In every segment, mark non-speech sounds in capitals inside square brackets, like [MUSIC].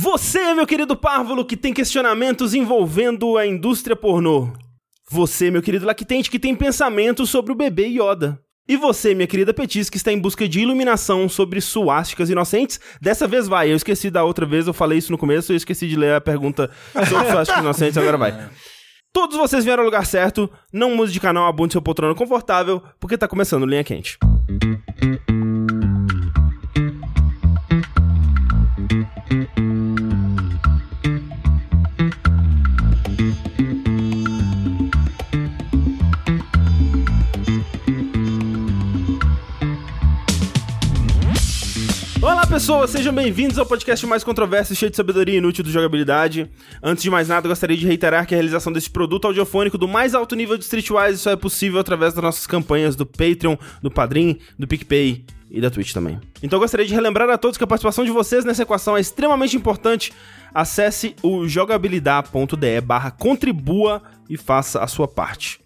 Você, meu querido párvulo, que tem questionamentos envolvendo a indústria pornô. Você, meu querido lactente, que tem pensamentos sobre o bebê Yoda. E você, minha querida Petis, que está em busca de iluminação sobre suásticas inocentes. Dessa vez vai, eu esqueci da outra vez, eu falei isso no começo, eu esqueci de ler a pergunta sobre suásticas inocentes, agora vai. Todos vocês vieram ao lugar certo, não mude de canal, abunde seu poltrona confortável, porque tá começando Linha Quente. Olá pessoas, sejam bem-vindos ao podcast mais controverso e cheio de sabedoria inútil do jogabilidade. Antes de mais nada, eu gostaria de reiterar que a realização deste produto audiofônico do mais alto nível de Streetwise só é possível através das nossas campanhas do Patreon, do Padrim, do PicPay e da Twitch também. Então eu gostaria de relembrar a todos que a participação de vocês nessa equação é extremamente importante. Acesse o jogabilidade.de barra contribua e faça a sua parte.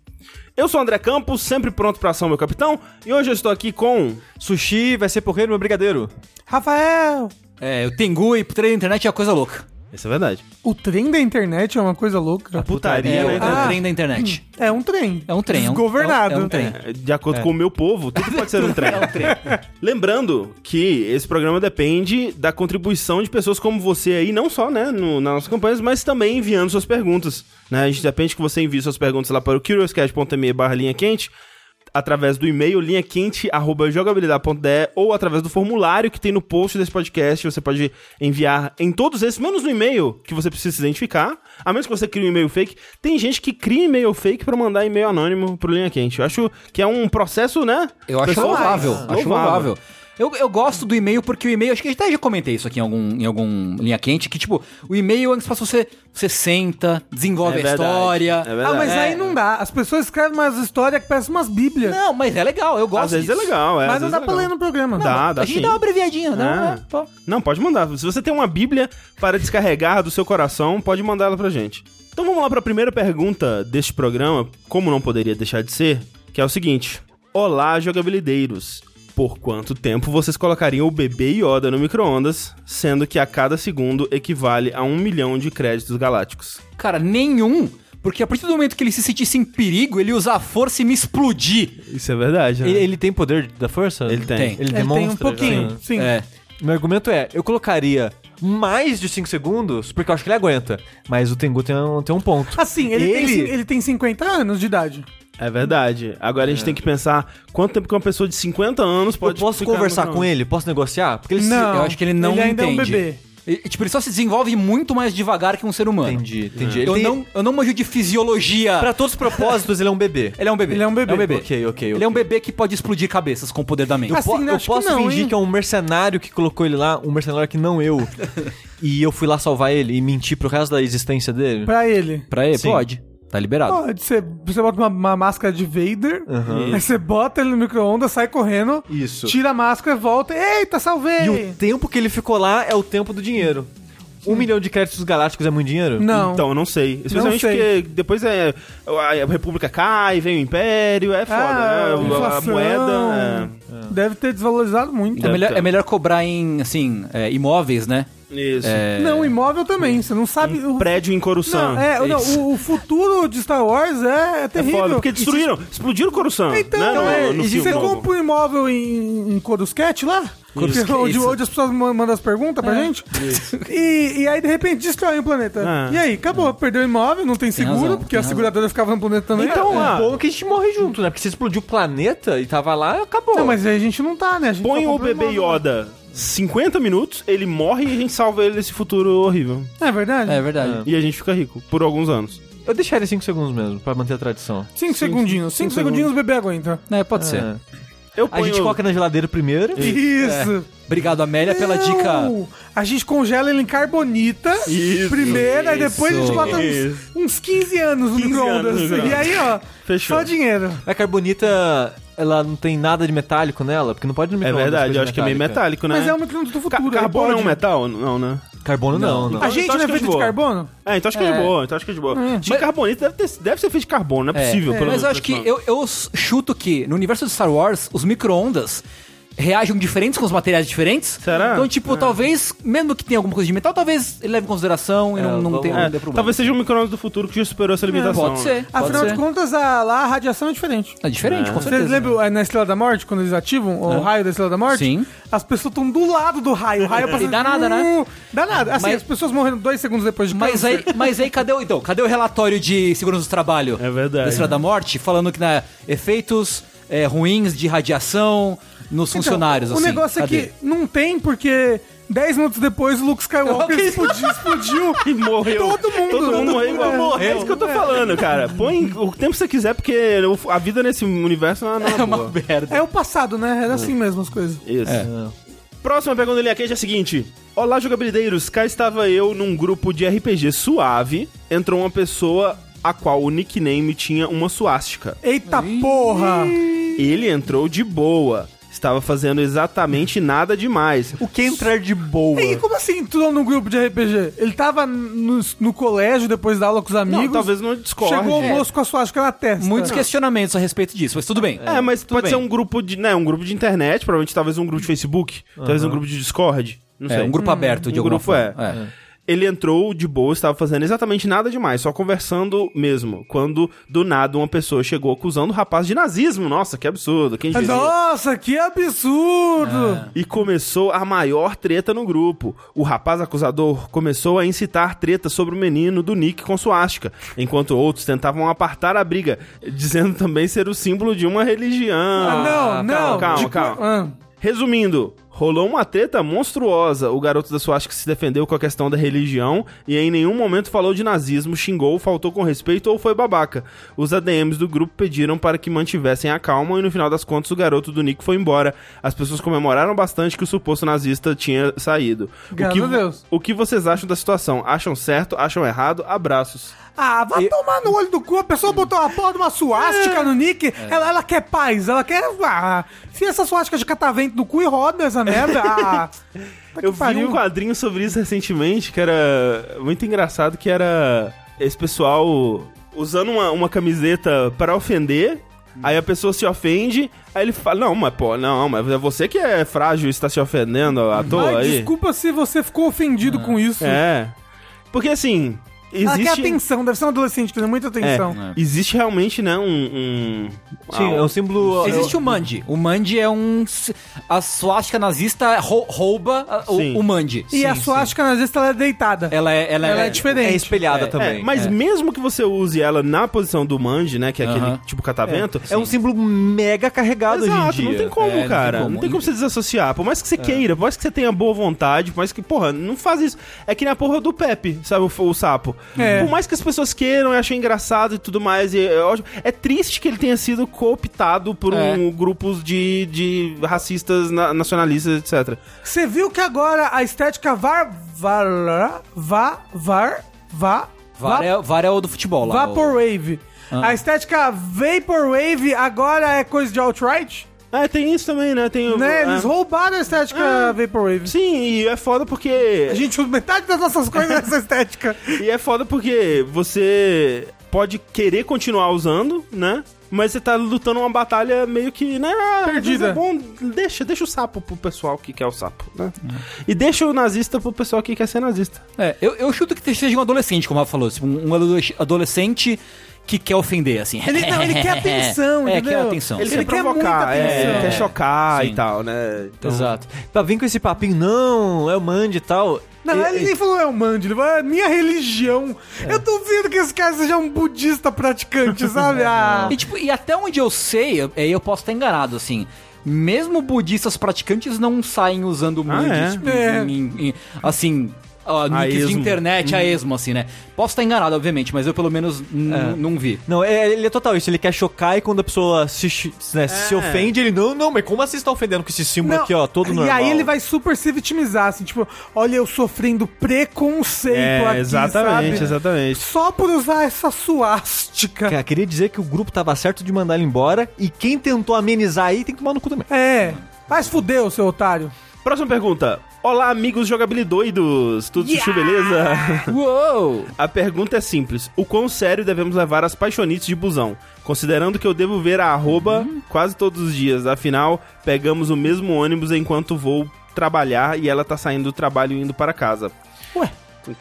Eu sou o André Campos, sempre pronto pra ação, meu capitão, e hoje eu estou aqui com... Sushi vai ser porreiro meu brigadeiro. Rafael! É, o Tengu e trem da internet é uma coisa louca. Isso é verdade. O trem da internet é uma coisa louca. Putaria, É, o, né? é o Ah. trem da internet. É um trem. É um trem. É um, Desgovernado. É um, é um trem. É, De acordo com o meu povo, tudo pode ser [LAUGHS] um trem. Lembrando que esse programa depende da contribuição de pessoas como você aí, não só né, no- nas nossas campanhas, mas também enviando suas perguntas. Né? A gente depende que você envie suas perguntas lá para o curiouscat.me barra linha quente, através do e-mail linhaquente.jogabilidade.de ou através do formulário que tem no post desse podcast. Você pode enviar em todos esses, menos no e-mail que você precisa se identificar, a menos que você crie um e-mail fake. Tem gente que cria e-mail fake para mandar e-mail anônimo pro Linha Quente. Eu acho que é um processo, né? Eu acho pessoal? louvável. Acho Louvável. louvável. Eu, eu gosto do e-mail porque o e-mail, acho que até já comentei isso aqui em algum, em algum linha quente, que tipo, o e-mail antes faz você, você senta, desenvolve É a verdade, história. é verdade. Ah, mas É. aí não dá. As pessoas escrevem umas histórias que parecem umas bíblias. Não, mas é legal, eu gosto. Às vezes é disso. legal, é. às mas não vezes dá é pra ler legal. no programa. Dá, dá a gente sim. dá uma abreviadinha, É. né? É, pô. Não, pode mandar. Se você tem uma Bíblia para descarregar do seu coração, pode mandar ela pra gente. Então vamos lá pra primeira pergunta deste programa, como não poderia deixar de ser, que é o seguinte: Olá, jogabilideiros. Por quanto tempo vocês colocariam o bebê Yoda no micro-ondas, sendo que a cada segundo equivale a um milhão de créditos galácticos? Cara, nenhum. Porque a partir do momento que ele se sentisse em perigo, ele ia usar a força e me explodir. Isso é verdade, né? Ele, ele tem poder da força? Ele tem. Tem. Ele Ele demonstra. tem um pouquinho, já, né? sim. É. Meu argumento é, eu colocaria mais de 5 segundos, porque eu acho que ele aguenta. Mas o Tengu tem um, tem um ponto. Assim, ele, Tem, Ele- cin- ele tem 50 anos de idade. É verdade. Agora a gente tem que pensar quanto tempo que uma pessoa de 50 anos eu pode posso ficar no conversar com micro-ondas. ele? Posso negociar? Porque ele se- Não. Eu acho que ele não ele ainda é um entende. bebê. E, tipo, ele só se desenvolve muito mais devagar que um ser humano. Entendi, entendi. Ele Eu, tem- não, eu não manjo de fisiologia. Pra todos os propósitos, ele é um bebê. Ele é um bebê. [LAUGHS] Ele é um bebê. Ok, ok, Ele ok. é um bebê que pode explodir cabeças com o poder da mente. Ah, Eu, po- Assim, eu acho que posso não, fingir hein? que é um mercenário que colocou ele lá, um mercenário que [LAUGHS] não eu. e eu fui lá salvar ele e mentir pro resto da existência dele? Pra ele. Pra ele? Sim. Pode. Tá liberado. Pode ser. é Você bota uma, uma máscara de Vader, Aham. aí você bota ele no micro-ondas, sai correndo, Isso. tira a máscara, volta. Eita, salvei! E o tempo que ele ficou lá é o tempo do dinheiro. Um milhão de créditos galácticos é muito dinheiro? Não. Então, não sei. Especialmente sei. porque depois é, a República cai, vem o Império, é foda, Ah, né? A- A, inflação. moeda. é. Deve ter desvalorizado muito. É, melhor, Deve ter. é melhor cobrar em, assim, é, imóveis, né? É... Isso. Um É, Não, imóvel também. Você não sabe. o- Prédio em Coruscant. Não, é, não, o, o futuro de Star Wars é, é É terrível. foda, porque destruíram, explodiram Coruscant. Então, né, no, é, no e filme você novo. compra um imóvel em, em Coruscant lá? Coruscant, Que é onde, isso. onde as pessoas ma- mandam as perguntas pra gente. E, e aí, de repente, destroem o planeta. É. E aí, acabou, perdeu o imóvel, não tem seguro, razão, porque tem a seguradora ficava no planeta também. Então, É. ah, Bom que a gente morre junto, né? Porque se explodiu o planeta e tava lá, acabou. Não, mas aí a gente não tá, né? A gente põe só o comprou bebê imóvel. Yoda 50 minutos, ele morre e a gente salva ele desse futuro horrível. É verdade. É verdade. E a gente fica rico por alguns anos. Eu deixaria 5 segundos mesmo, pra manter a tradição. Cinco segundinhos. Cinco, segundinhos o bebê aguenta. É, pode ser. É. Eu A ponho... gente coloca na geladeira primeiro. Isso. Obrigado, Amélia, É. pela dica. Não! A gente congela ele em carbonita Isso. primeiro, aí depois a gente Isso. bota uns, Isso. uns 15 anos no 15 micro-ondas. anos no E aí, ó, Fechou. só dinheiro. [LAUGHS] A carbonita, ela não tem nada de metálico nela, porque não pode ir no É micro-ondas verdade, coisa eu acho que é meio metálico, né? Mas é um micro do Ca- futuro. aí Carbono é pode. um metal? Não, né? Carbono não, não. A gente Então não acho que é é de feito de boa. carbono? É, então acho que é, de É. boa, então acho que é de boa. De Mas- carbonita deve, ter- deve ser feito de carbono, não é É. possível. É, pelo menos, Mas eu acho que pessoal. eu, eu chuto que no universo de Star Wars, os micro-ondas reajam diferentes com os materiais diferentes. Será? Então, tipo, talvez, mesmo que tenha alguma coisa de metal, talvez ele leve em consideração e É, não, não vamos- tenha É, não dê problema. talvez seja um micro do futuro que já superou essa limitação. né? Pode [LAUGHS] ser. pode Afinal ser. de contas, a- lá a radiação é diferente. É diferente, com certeza. É. Vocês lembram eh, na Estrela da Morte, quando eles ativam o raio da Estrela da Morte? Sim. As pessoas estão do lado do raio. O [LAUGHS] raio passa. dá nada, né? Uh, Dá nada. Assim, Mas- as pessoas morrendo dois segundos depois de Mas aí, mas aí cadê, o, então, cadê o relatório de segurança do trabalho? É verdade. Da Estrela da Morte, falando que né, efeitos eh, ruins de radiação nos Então, funcionários. O assim. negócio é Cadê? que não tem, porque 10 minutos depois o Luke Skywalker Ok. explodiu, explodiu. E morreu. Todo Todo mundo mundo, todo morreu. mundo igual. morreu. É isso que eu tô falando, cara. Põe o tempo que você quiser, porque o- a vida nesse universo não é, não é É uma boa. merda. É o passado, né? Era assim mesmo as coisas. Isso. É. Próxima pergunta do Linha Quente é a seguinte. Olá, jogabilideiros. Cá estava eu num grupo de RPG suave. Entrou uma pessoa a qual o nickname tinha uma suástica. Eita porra! Ele entrou de boa. Estava fazendo exatamente nada demais. O que é entrar de boa? E como assim entrou num grupo de RPG? Ele tava no, no colégio depois da aula com os amigos. Não, talvez não discorde. Chegou É, o moço com a suástica na testa. Muitos questionamentos a respeito disso, mas tudo bem. É, mas pode bem. ser um grupo de, né, um grupo de internet, provavelmente talvez um grupo de Facebook, talvez um grupo de Discord, não É, sei. um grupo aberto de Um alguma grupo forma. é. Ele entrou de boa, estava fazendo exatamente nada demais, só conversando mesmo. Quando do nada uma pessoa chegou acusando o rapaz de nazismo. Nossa, que absurdo. Quem diria? Nossa, que absurdo! E começou a maior treta no grupo. O rapaz acusador começou a incitar treta sobre o menino do Nick com suástica, enquanto outros tentavam apartar a briga, dizendo também ser o símbolo de uma religião. Ah, não, não. calma, Tipo, calma. ah, Resumindo, rolou uma treta monstruosa. O garoto da Suástica se defendeu com a questão da religião e em nenhum momento falou de nazismo, xingou, faltou com respeito ou foi babaca. Os ADMs do grupo pediram para que mantivessem a calma e no final das contas o garoto do Nick foi embora. As pessoas comemoraram bastante que o suposto nazista tinha saído. Graças o, que, a Deus. o que vocês acham da situação? Acham certo? Acham errado? Abraços. Ah, vai tomar no olho do cu. A pessoa botou uma porra de uma suástica É. no nick. Ela, ela quer paz, ela quer. Ah, se essa suástica de catavento do cu e roda essa merda. [LAUGHS] Ah, tá que Eu vi pariu. um quadrinho sobre isso recentemente que era muito engraçado, que era esse pessoal usando uma, uma camiseta para ofender. Aí a pessoa se ofende, aí ele fala: Não, mas pô, não, mas é você que é frágil e está se ofendendo à toa Ai, aí. desculpa se você ficou ofendido com isso. É. Porque assim, Ela quer existe. atenção, deve ser um adolescente que tem muita é, atenção. Existe realmente, né? Um. um Sim, é um símbolo. Existe o Mandi. O Mandi é um. A suástica nazista rou- rouba a- Sim. o, o Mandi. E a suástica, às vezes, ela é deitada. Ela é, ela Ela é diferente. É espelhada É, também. É, mas mesmo que você use ela na posição do Mandy, né? Que é aquele Aham. tipo catavento, É um símbolo mega carregado Exato, hoje em dia. não tem como, É, não tem cara. Não tem como. É. como. você desassociar. Por mais que você queira, por mais que você tenha boa vontade, por mais que, porra, não faz isso. É que nem a porra do Pepe, sabe, o, o sapo. É. Por mais que as pessoas queiram e achem engraçado e tudo mais, e é, ótimo. é triste que ele tenha sido cooptado por É. um, grupos de, de racistas, na- nacionalistas, etc. Você viu que agora a estética var. var. var. var. var. Vara é, VAR é o do futebol lá. o- Vaporwave. Ah. A estética Vaporwave agora é coisa de alt-right? É, tem isso também, né? Tem o- é. Né? Eles roubaram a estética É. Vaporwave. Sim, e é foda porque. A gente usa metade das nossas [LAUGHS] coisas nessa estética. E é foda porque você pode querer continuar usando, né? Mas você tá lutando uma batalha meio que, né? às vezes Perdida. É bom, deixa, deixa o sapo pro pessoal que quer o sapo, né? E deixa o nazista pro pessoal que quer ser nazista. É, eu, eu chuto que seja um adolescente, como ela falou. tipo, um adolescente- adolescente que quer ofender, assim. Ele, não, ele [LAUGHS] quer atenção, É, entendeu? quer atenção. Ele, Ele quer quer provocar, muita é, ele atenção. quer chocar e Sim. tal, né? Então, Exato. Pra vir com esse papinho, não, é o Mandy e tal. Não, E- ele e- É. nem falou é o Mandy, ele falou é minha religião. Eu duvido que esse cara seja um budista [LAUGHS] praticante, sabe? Ah, E, tipo, e até onde eu sei, eu, aí eu posso estar enganado, assim. Mesmo budistas praticantes não saem usando é? mandias, É. assim, ó, A nicks de esmo. internet a esmo, assim, né? Posso estar enganado, obviamente, mas eu pelo menos n- não vi. Não, é- ele é total isso. Ele quer chocar e quando a pessoa se, chi- né, É. se ofende, ele, não, não, mas como assim você tá ofendendo com esse símbolo Não, aqui, ó, todo normal? E aí ele vai super se vitimizar, assim, tipo, olha eu sofrendo preconceito É, aqui, exatamente, sabe? exatamente. Só por usar essa suástica. Cara, queria dizer que o grupo tava certo de mandar ele embora e quem tentou amenizar aí tem que tomar no cu também. É. Mas fudeu, seu otário. Próxima pergunta. Olá, amigos jogabilidoidos. Tudo chuchu, beleza? Uou! A pergunta é simples. O quão sério devemos levar as paixonites de busão? Considerando que eu devo ver a arroba quase todos os dias. Afinal, pegamos o mesmo ônibus enquanto vou trabalhar e ela tá saindo do trabalho e indo para casa. Ué.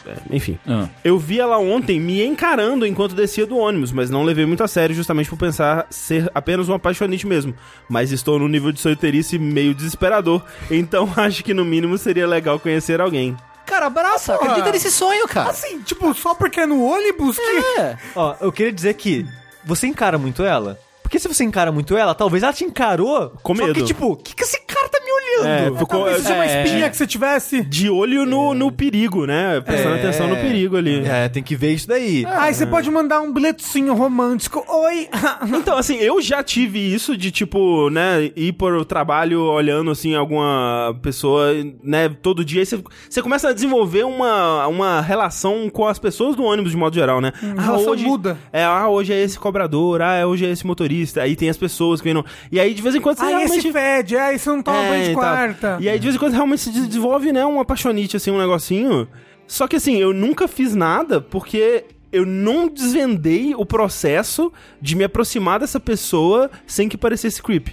É, Enfim. Ah. Eu vi ela ontem me encarando enquanto descia do ônibus, mas não levei muito a sério justamente por pensar ser apenas um apaixonite mesmo. Mas estou num nível de solteirice meio desesperador, então [LAUGHS] acho que no mínimo seria legal conhecer alguém. Cara, abraça, Porra. acredita nesse sonho, cara. Assim, tipo, só porque é no ônibus que. É. Ó, eu queria dizer que você encara muito ela. Porque se você encara muito ela, talvez ela te encarou. Com só que, medo. tipo, o que, que esse cara tá me olhando? É, ficou Talvez seja uma É. espinha que você tivesse. de olho no, no perigo, né? Prestando É. atenção no perigo ali. É, tem que ver isso daí. Aí você pode mandar um bilhetinho romântico. Oi! [LAUGHS] Então, assim, eu já tive isso de, tipo, né, ir pro trabalho olhando, assim, alguma pessoa, né, todo dia. e Você, você começa a desenvolver uma, uma relação com as pessoas do ônibus, de modo geral, né? Hum, relação muda. É, ah, hoje é esse cobrador, ah, hoje é esse motorista. Aí tem as pessoas que não... E aí, de vez em quando, você Aí realmente... esse fede, aí você não toma É, banho de e tal. quarta. E aí, de vez em quando, realmente se desenvolve, né, um apaixonite, assim, um negocinho. Só que, assim, eu nunca fiz nada porque eu não desvendei o processo de me aproximar dessa pessoa sem que parecesse creep.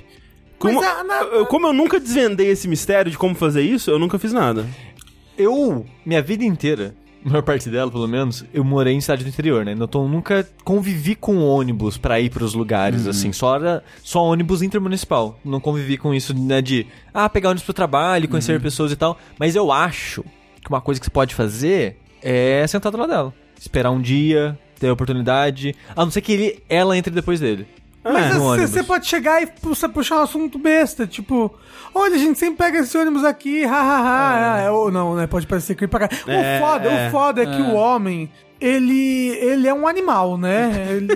Como, Mas a- na- eu, como eu nunca desvendei esse mistério de como fazer isso, eu nunca fiz nada. Eu, minha vida inteira, a maior parte dela, pelo menos, eu morei em cidade do interior, né? Então eu nunca convivi com ônibus pra ir pros lugares, assim. Só, era, só ônibus intermunicipal. Não convivi com isso, né? De, ah, pegar ônibus pro trabalho, conhecer pessoas e tal. Mas eu acho que uma coisa que você pode fazer é sentar do lado dela. Esperar um dia, ter a oportunidade. A não ser que ele, ela entre depois dele. É, Mas no você, ônibus. você pode chegar e pu- você puxar um assunto besta, tipo, olha, a gente sempre pega esse ônibus aqui, hahaha. É. ou não, né? Pode parecer que pra cá. É, o foda, é. o foda é, que o homem, ele, ele é um animal, né? [LAUGHS] É, Ele,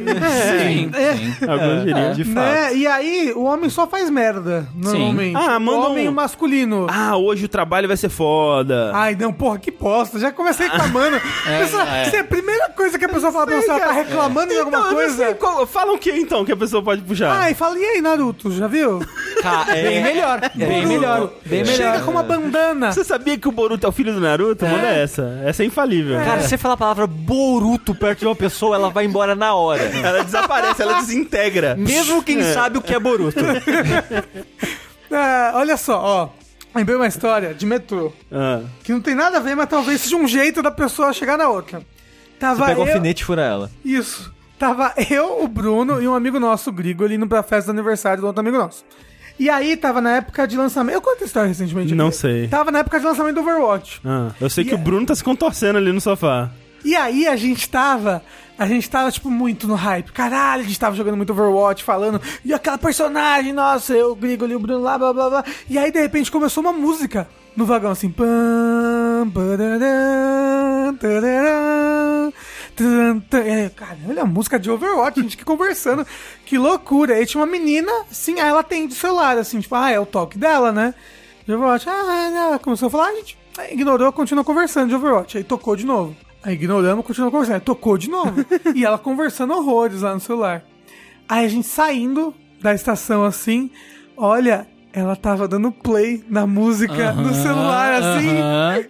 Sim, sim. Alguns diriam. de fato. né? E aí, o homem só faz merda, normalmente. Ah, o manda um- homem masculino. Ah, hoje o trabalho vai ser foda. Ai, não, porra, que bosta. Já [LAUGHS] comecei reclamando. Pessoa- é. Isso é a primeira coisa que a pessoa fala pra você, ela tá reclamando de alguma Então, eu não sei coisa. qual- assim, Fala o que então que a pessoa pode puxar? Ai, fala, e aí, Naruto, já viu? Tá, é- Bem melhor. Bem Boruto. melhor. Bem melhor. Chega com uma bandana. Você sabia que o Boruto é o filho do Naruto? Manda essa. Essa é infalível. Cara, se você falar a palavra Boruto perto de uma pessoa, ela vai embora na [LAUGHS] hora. Ela desaparece, ela desintegra. Mesmo quem sabe o que é Boruto. Ah, olha só, ó. Lembrei uma história de metrô, Ah. que não tem nada a ver, mas talvez seja um jeito da pessoa chegar na outra. Tava Pega o eu... alfinete e fura ela. Isso. Tava eu, o Bruno e um amigo nosso, o Grigo, ali indo pra festa do aniversário do outro amigo nosso. E aí, tava na época de lançamento... Eu contei a história recentemente. Não aqui. sei. Tava na época de lançamento do Overwatch. Ah, eu sei que E- o Bruno tá se contorcendo ali no sofá. E aí a gente tava. A gente tava, tipo, muito no hype. Caralho, a gente tava jogando muito Overwatch, falando. E aquela personagem, nossa, eu, o Grigo ali, o Bruno lá, blá blá blá. E aí, de repente, começou uma música no vagão, assim. Pam, pararam, tararã, taran, taran. E aí, Cara, olha é, a música de Overwatch, a gente que conversando. Que loucura. Aí tinha uma menina, assim, aí ela atende o celular, assim, tipo, ah, é o toque dela, né? de Overwatch. Ah, ah, ah, ela começou a falar, a gente ignorou, continuou conversando de Overwatch. Aí tocou de novo. Aí ignoramos, continuou conversando. Aí tocou de novo. e ela conversando horrores lá no celular. Aí a gente saindo da estação assim, olha, ela tava dando play na música no celular assim. Ah, É. aham.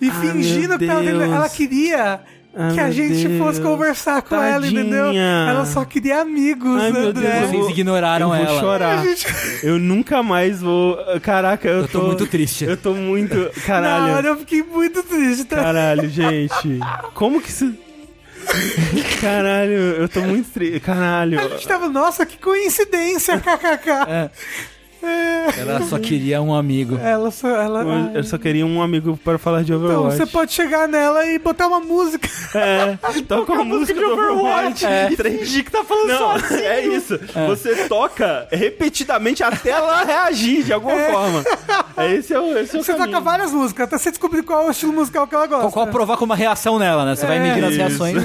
E fingindo que ela, ela queria Ah, que a meu gente fosse Deus. conversar com ela, entendeu? Tadinha. Ela só queria amigos, Ai, meu André. Deus, eu Vocês vou- ignoraram eu vou ela. chorar. Eu nunca mais vou. Caraca, eu, Eu tô muito triste. Eu tô muito. Na Caralho. hora eu fiquei muito triste. tá? Caralho, gente. Como que isso. Caralho, eu tô muito triste. Caralho. A gente tava, nossa, que [LAUGHS] coincidência, kkk. É, É. ela só queria um amigo. É. Ela só. Ela, Eu só queria um amigo para falar de Então, Overwatch. você pode chegar nela e botar uma música. [LAUGHS] É, toca a música de Overwatch. É. Fingir que tá falando Não, [LAUGHS] é isso. Você toca repetidamente até ela reagir de alguma forma. É esse é o, esse é o Você caminho. toca várias músicas, até você descobrir qual é o estilo musical que ela gosta. Qual, qual provoca uma reação nela, né? Você vai É, medindo as reações.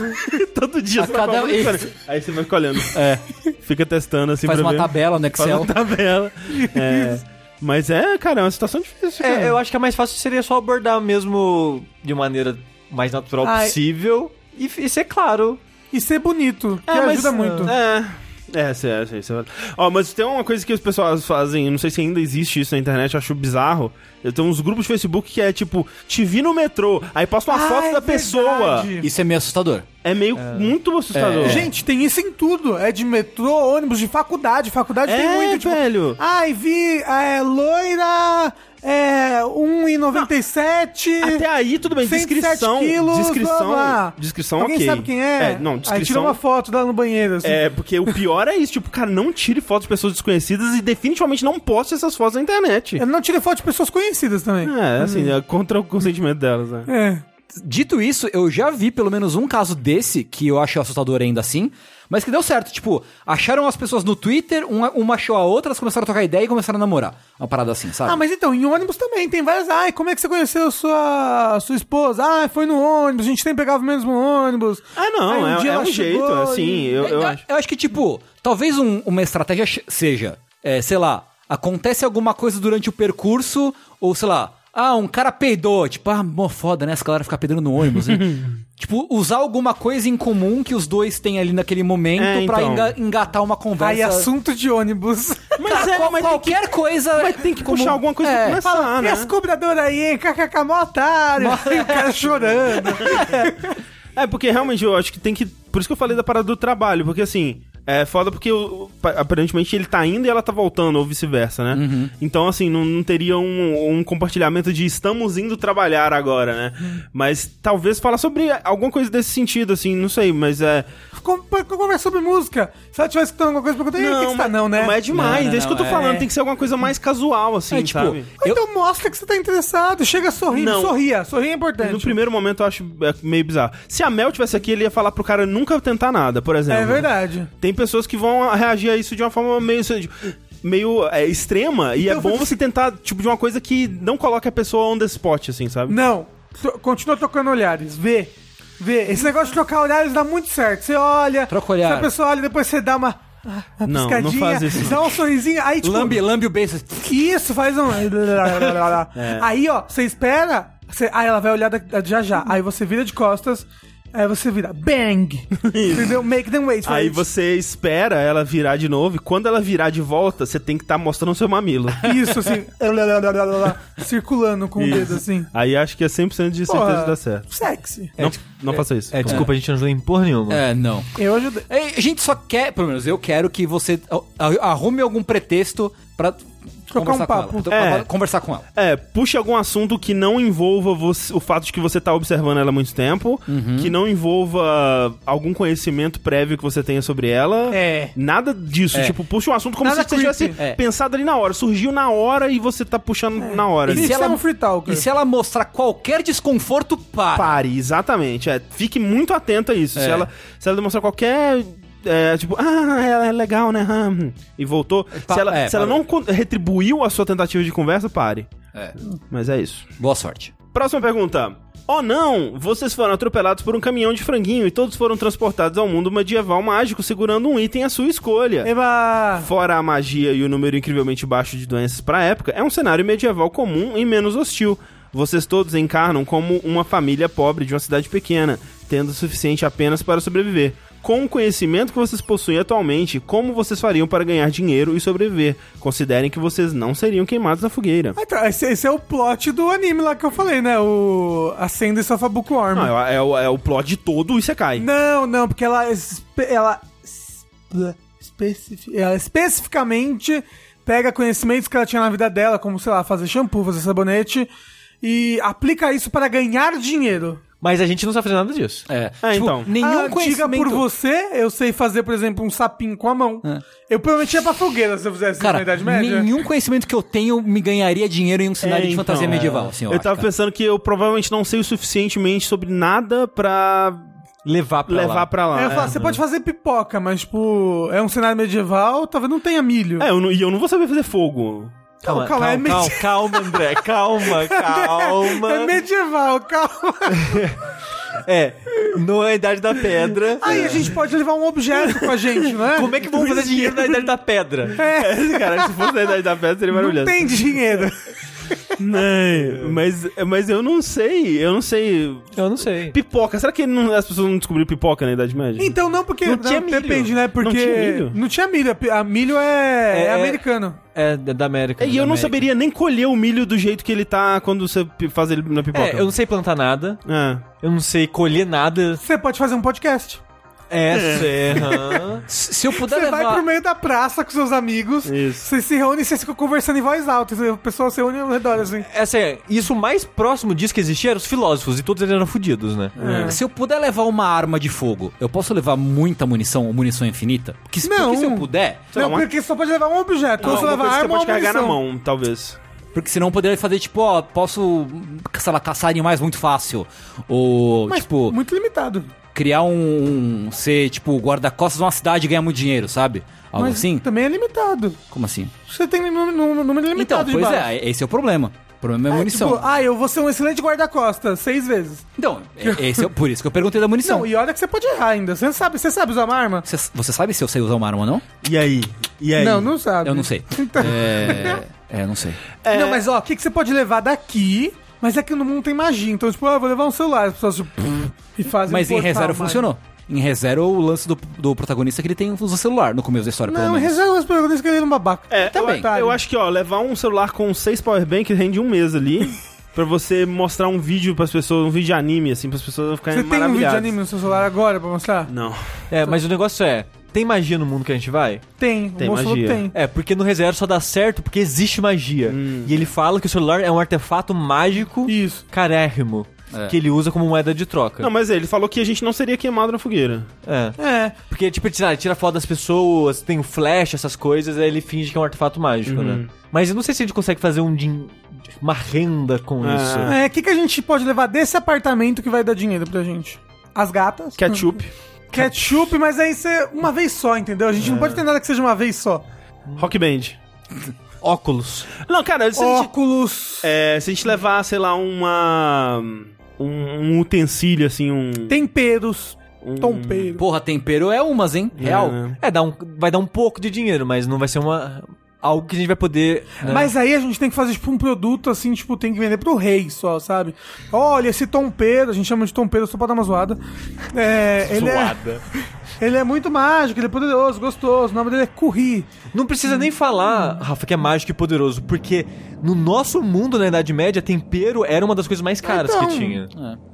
Todo dia A você vai cada pra uma música vez. diferente. Aí você vai ficar olhando. É, Fica testando assim faz pra uma ver. tabela no Faz Excel. uma tabela. É. Mas é, cara, é uma situação difícil. cara. eu acho que a mais fácil seria só abordar mesmo de maneira mais natural Ai. possível e, f- e ser claro. E ser bonito, que É, mas- ajuda muito. É. É, sim, é, sim, sim. Ó, mas tem uma coisa que os pessoas fazem, não sei se ainda existe isso na internet, eu acho bizarro. Eu tenho uns grupos de Facebook que é tipo, te vi no metrô, aí posta uma Ah, foto é da pessoa. verdade. Isso é meio assustador. É meio muito assustador. É. Gente, tem isso em tudo. É de metrô, ônibus, de faculdade. Faculdade tem É, muito. Tipo, velho. Ai, vi é, loira, é, 1,97. Até aí, tudo bem. 107 Descrição. quilos, descrição. blá, blá. Descrição, Alguém ok. sabe quem é? não, Aí tira descrição. uma foto dela no banheiro, assim. É, porque o pior é isso, tipo, cara, não tire fotos de pessoas desconhecidas e definitivamente não poste essas fotos na internet. Eu não tirei foto de pessoas conhecidas também. É, assim, é contra o consentimento delas, né? É. Dito isso, eu já vi pelo menos um caso desse, que eu acho assustador ainda assim, mas que deu certo. Tipo, acharam as pessoas no Twitter, uma, uma achou a outra, elas começaram a trocar ideia e começaram a namorar. Uma parada assim, sabe? Ah, mas então, em ônibus também, tem várias. Ai, como é que você conheceu sua, sua esposa? Ah, foi no ônibus, a gente sempre pegava o mesmo ônibus. Ah, não, Aí é- é ela um jeito, chegou assim, e- eu- eu acho. É, Eu acho que, tipo, talvez um- uma estratégia che- seja, é, sei lá, acontece alguma coisa durante o percurso, ou sei lá, ah, um cara peidou, tipo, ah, mó foda, né? Essa galera ficar peidando no ônibus, [LAUGHS] né? tipo, usar alguma coisa em comum que os dois têm ali naquele momento É, pra então. enga- engatar uma conversa. Aí, assunto de ônibus. [LAUGHS] Mas Cara, é, qual- mas tem qualquer coisa. É, Mas tem que puxar alguma coisa pra começar, Fala, e né? as cobradoras aí, hein? KKK, mó otário. E [LAUGHS] o cara chorando. [LAUGHS] É, porque realmente eu acho que tem que. Por isso que eu falei da parada do trabalho, porque assim. É foda porque o- pa- aparentemente ele tá indo e ela tá voltando, ou vice-versa, né? Então, assim, não, não teria um, um compartilhamento de estamos indo trabalhar agora, né? Mas talvez falar sobre alguma coisa desse sentido, assim, não sei, mas é. Com- pra- pra Conversar sobre música. Se ela tivesse escutando alguma coisa, pergunta, "Ei, o que que você tá mas- não, né? Mas é demais, Não, não, é isso que eu tô não, falando, é. tem que ser alguma coisa mais casual, assim, É, tipo, sabe? Ou Eu- Então mostra que você tá interessado, chega sorrindo, Não. sorria, sorria é importante. No primeiro momento eu acho é, meio bizarro. Se a Mel tivesse aqui, ele ia falar pro cara nunca tentar nada, por exemplo. É verdade. Tem pessoas que vão reagir a isso de uma forma meio. meio é, extrema, e é Eu vou bom te- você tentar, tipo, de uma coisa que não coloque a pessoa on the spot, assim, sabe? Não, to- continua trocando olhares, vê. Vê, esse negócio de trocar olhares dá muito certo. Você olha, Troca olhar. se a pessoa olha, depois você dá uma, ah, Não, uma não piscadinha, faz isso, não. dá um sorrisinho, aí tipo, Lambe, lambe o assim, beijo. Isso, faz um. [LAUGHS] Aí, ó, você espera. você- Aí ela vai olhar da- da- já já. Aí você vira de costas. Aí você vira bang. Entendeu? Make them wait. for Aí it. você espera ela virar de novo, e quando ela virar de volta, você tem que estar mostrando o seu mamilo. Isso, assim. circulando com o dedo, assim. Aí acho que é 100% de certeza Porra, que dá certo. Sexy. Não, não faça isso. É, desculpa, a gente não ajuda em porra nenhuma. É, não. Eu ajudei. É, A gente só quer, pelo menos eu quero que você a- a- arrume algum pretexto pra conversar um com papo. ela. Pra- É. pra Conversar com ela. É, puxe algum assunto que não envolva você- o fato de que você tá observando ela há muito tempo, Uhum. que não envolva algum conhecimento prévio que você tenha sobre ela. É. Nada disso. É. Tipo, puxa um assunto como Nada se você tivesse creepy. É. pensado ali na hora. Surgiu na hora e você tá puxando na hora. E ali. Isso se ela- é um free talker. E se ela mostrar qualquer desconforto, para. Pare, exatamente. É, fique muito atento a isso. É. Se, ela, se ela demonstrar qualquer. é, tipo, ah, ela é legal, né? Ah, hum", e voltou. Pa- se ela, é, se ela parou. não con- retribuiu a sua tentativa de conversa, pare. É. Mas é isso. Boa sorte. Próxima pergunta. Oh não, vocês foram atropelados por um caminhão de franguinho e todos foram transportados ao mundo medieval mágico segurando um item à sua escolha. Eba! Fora a magia e o número incrivelmente baixo de doenças pra época, é um cenário medieval comum e menos hostil. Vocês todos encarnam como uma família pobre de uma cidade pequena, tendo o suficiente apenas para sobreviver. Com o conhecimento que vocês possuem atualmente, como vocês fariam para ganhar dinheiro e sobreviver? Considerem que vocês não seriam queimados na fogueira. Ah, então, Esse, esse é o plot do anime lá que eu falei, né? O Ascendance of a Bookworm. Não, é, o- é o plot de todo o Isekai. Não, não, porque ela. espe- Ela, espe- especifi- ela especificamente pega conhecimentos que ela tinha na vida dela, como, sei lá, fazer shampoo, fazer sabonete, e aplica isso para ganhar dinheiro. Mas a gente não sabe fazer nada disso. É, Ah, então. Nenhum ah, diga conhecimento... por você, eu sei fazer, por exemplo, um sapinho com a mão. Eu provavelmente ia pra fogueira se eu fizesse isso na Cara, Idade Média. nenhum conhecimento que eu tenho me ganharia dinheiro em um cenário de então, fantasia é. medieval, assim, eu, eu acho, tava cara. pensando que eu provavelmente não sei o suficientemente sobre nada pra Levar pra levar lá. pra lá. É, eu falo, você pode fazer pipoca, mas, tipo, é um cenário medieval, talvez não tenha milho. É, eu não- e eu não vou saber fazer fogo. [LAUGHS] Calma, calma, é calma, É medi- calma, André, [LAUGHS] calma, calma. É medieval, calma. É, não é a idade da pedra. Aí a gente pode levar um objeto com a gente, não é? Como é que vão fazer dinheiro na idade da pedra? Cara, se fosse na Idade da Pedra seria Não [LAUGHS] maravilhoso. tem dinheiro. Não, mas, mas eu não sei, eu não sei. Eu não sei. Pipoca, será que não- as pessoas não descobriram pipoca na Idade Média? Então, não, porque. Não tinha milho. Depende, né? Porque. Não tinha milho? Não tinha milho. a pi- A milho é, É- é americano. É da da América. e eu da não América. saberia nem colher o milho do jeito que ele tá quando você pi- faz ele na pipoca. É, eu não sei plantar nada, É. eu não sei colher nada. Você pode fazer um podcast. É, serra. Se se eu puder Você vai levar... pro meio da praça com seus amigos. Isso. Vocês se reúnem e vocês ficam conversando em voz alta. O pessoal se une ao redor, assim. É, assim, isso mais próximo disso que existia eram os filósofos, e todos eles eram fudidos, né? É. Se eu puder levar uma arma de fogo, eu posso levar muita munição ou munição infinita? Porque, se- Não. porque se eu puder, Sei lá, não, uma- porque só pode levar um objeto. ou Não, você alguma coisa que você leva arma ou pode carregar na munição. mão, talvez. porque senão eu poderia fazer tipo, ó, posso, sei lá, caçar animais muito fácil. Ou, Mas, tipo, muito limitado. criar um, um- ser, tipo, guarda-costas de uma cidade e ganhar muito dinheiro, sabe? Algo mas assim? também é limitado. Como assim? Você tem um número, um número Então, limitado de pois balas. é, esse é o problema. O problema é a munição. Tipo, ah, eu vou ser um excelente guarda-costas, seis vezes. Então, é- esse é, o- por isso que eu perguntei da munição. Não, e olha que você pode errar ainda. Você não sabe, você sabe usar uma arma? Você, você sabe se eu sei usar uma arma ou não? E aí? E Não, não sabe. Eu não sei. Então, É, é, eu não sei. Não, mas ó, o que, que você pode levar daqui? Mas é que no mundo tem magia. Então, tipo, ah, eu vou levar um celular. As pessoas, tipo, [LAUGHS] e fazem Mas um em portal ReZero mágico. funcionou. Em ReZero, o lance do, do protagonista é que ele tem usa celular no começo da história, pelo Não, em menos. ReZero as perguntas que ele é um babaca. É, Também. Eu, eu acho que, ó, levar um celular com seis powerbank rende um mês [LAUGHS] ali. pra você mostrar um vídeo pras pessoas, um vídeo de anime, assim, pras pessoas Você ficarem tem um vídeo de maravilhadas. anime no seu celular agora pra mostrar? Não. É, mas o negócio é, tem magia no mundo que a gente vai? Tem. Tem o moço falou que magia. tem. É, porque no ReZero só dá certo porque existe magia. E ele fala que o celular é um artefato mágico Isso. carérrimo É. que ele usa como moeda de troca. Não, mas é, ele falou que a gente não seria queimado na fogueira. É. É. Porque, tipo, ele tira, tira foto das pessoas, tem o flash, essas coisas, aí ele finge que é um artefato mágico, Uhum. né? Mas eu não sei se a gente consegue fazer um din... uma renda com Ah. isso. É, o que, que a gente pode levar desse apartamento que vai dar dinheiro pra gente? As gatas. Ketchup, Ketchup, mas aí você uma vez só, entendeu? A gente É. não pode ter nada que seja uma vez só. rock band. Óculos. Não, cara, se, a gente, Óculos. é, se a gente levar, sei lá, uma. Um, um utensílio, assim, um. Temperos. um... Tompeiro. Porra, tempero é umas, hein? Real. É, né? É, dá um... vai dar um pouco de dinheiro, mas não vai ser uma... algo que a gente vai poder... né? Mas aí a gente tem que fazer, tipo, um produto assim, tipo, tem que vender pro rei só, sabe? Olha, esse tompeiro, a gente chama de tompeiro só pra dar uma zoada. É, ele, é, Zoada. [LAUGHS] ele é muito mágico, ele é poderoso, gostoso. O nome dele é Curri. Não precisa nem falar, Rafa, que é mágico e poderoso, porque no nosso mundo, na Idade Média, tempero era uma das coisas mais caras Então. que tinha.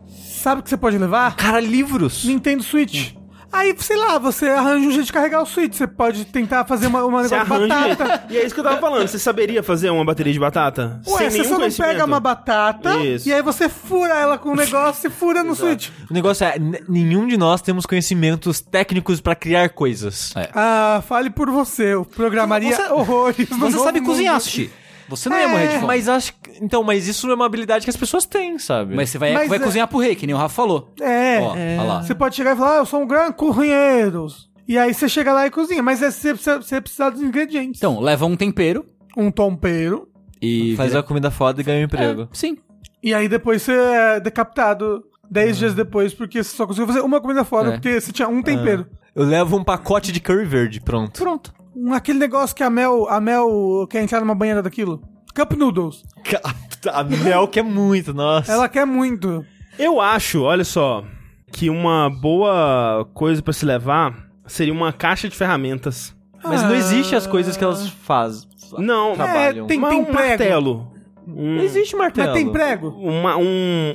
Sabe o que você pode levar? Cara, livros. Nintendo Switch. Aí, sei lá, você arranja um jeito de carregar o Switch. Você pode tentar fazer uma, uma Você negócio de arranja. um batata. [LAUGHS] jeito. E é isso que eu tava falando. Você saberia fazer uma bateria de batata? Ué, você só não pega conhecimento? uma batata Isso. e aí você fura ela com um negócio e fura no Switch. O negócio é, n- nenhum de nós temos conhecimentos técnicos pra criar coisas. É. Ah, fale por você. Eu programaria Você- horrores. no Você novo sabe mundo. cozinhar, Sushi. Você não ia É, morrer de fome. Mas, Mas acho que, Então, mas isso é uma habilidade que as pessoas têm, sabe? você vai, Mas vai é- cozinhar pro rei, que nem o Rafa falou. É. Ó, é. olha lá. Você pode chegar e falar, ah, eu sou um grande cozinheiro. E aí você chega lá e cozinha. Mas é- você precisa, você precisa dos ingredientes. Então, leva um tempero Um tompeiro. e... faz vira- a comida foda e É. ganha um emprego. Sim. E aí depois você é decapitado. Dez dias depois, porque você só conseguiu fazer uma comida fora, É. porque você tinha um tempero. Eu levo um pacote de curry verde, pronto. [LAUGHS] Pronto. Um- Aquele negócio que a Mel, a Mel quer entrar numa banheira daquilo. Cup Noodles. [LAUGHS] A Mel quer muito, nossa. Ela quer muito. Eu acho, olha só, que uma boa coisa pra se levar seria uma caixa de ferramentas. Mas Ah. não existe as coisas que elas fazem. Não, Tá. É, Trabalham. tem, uma- tem um prego. martelo. Um- Não existe martelo. Mas tem prego. uma,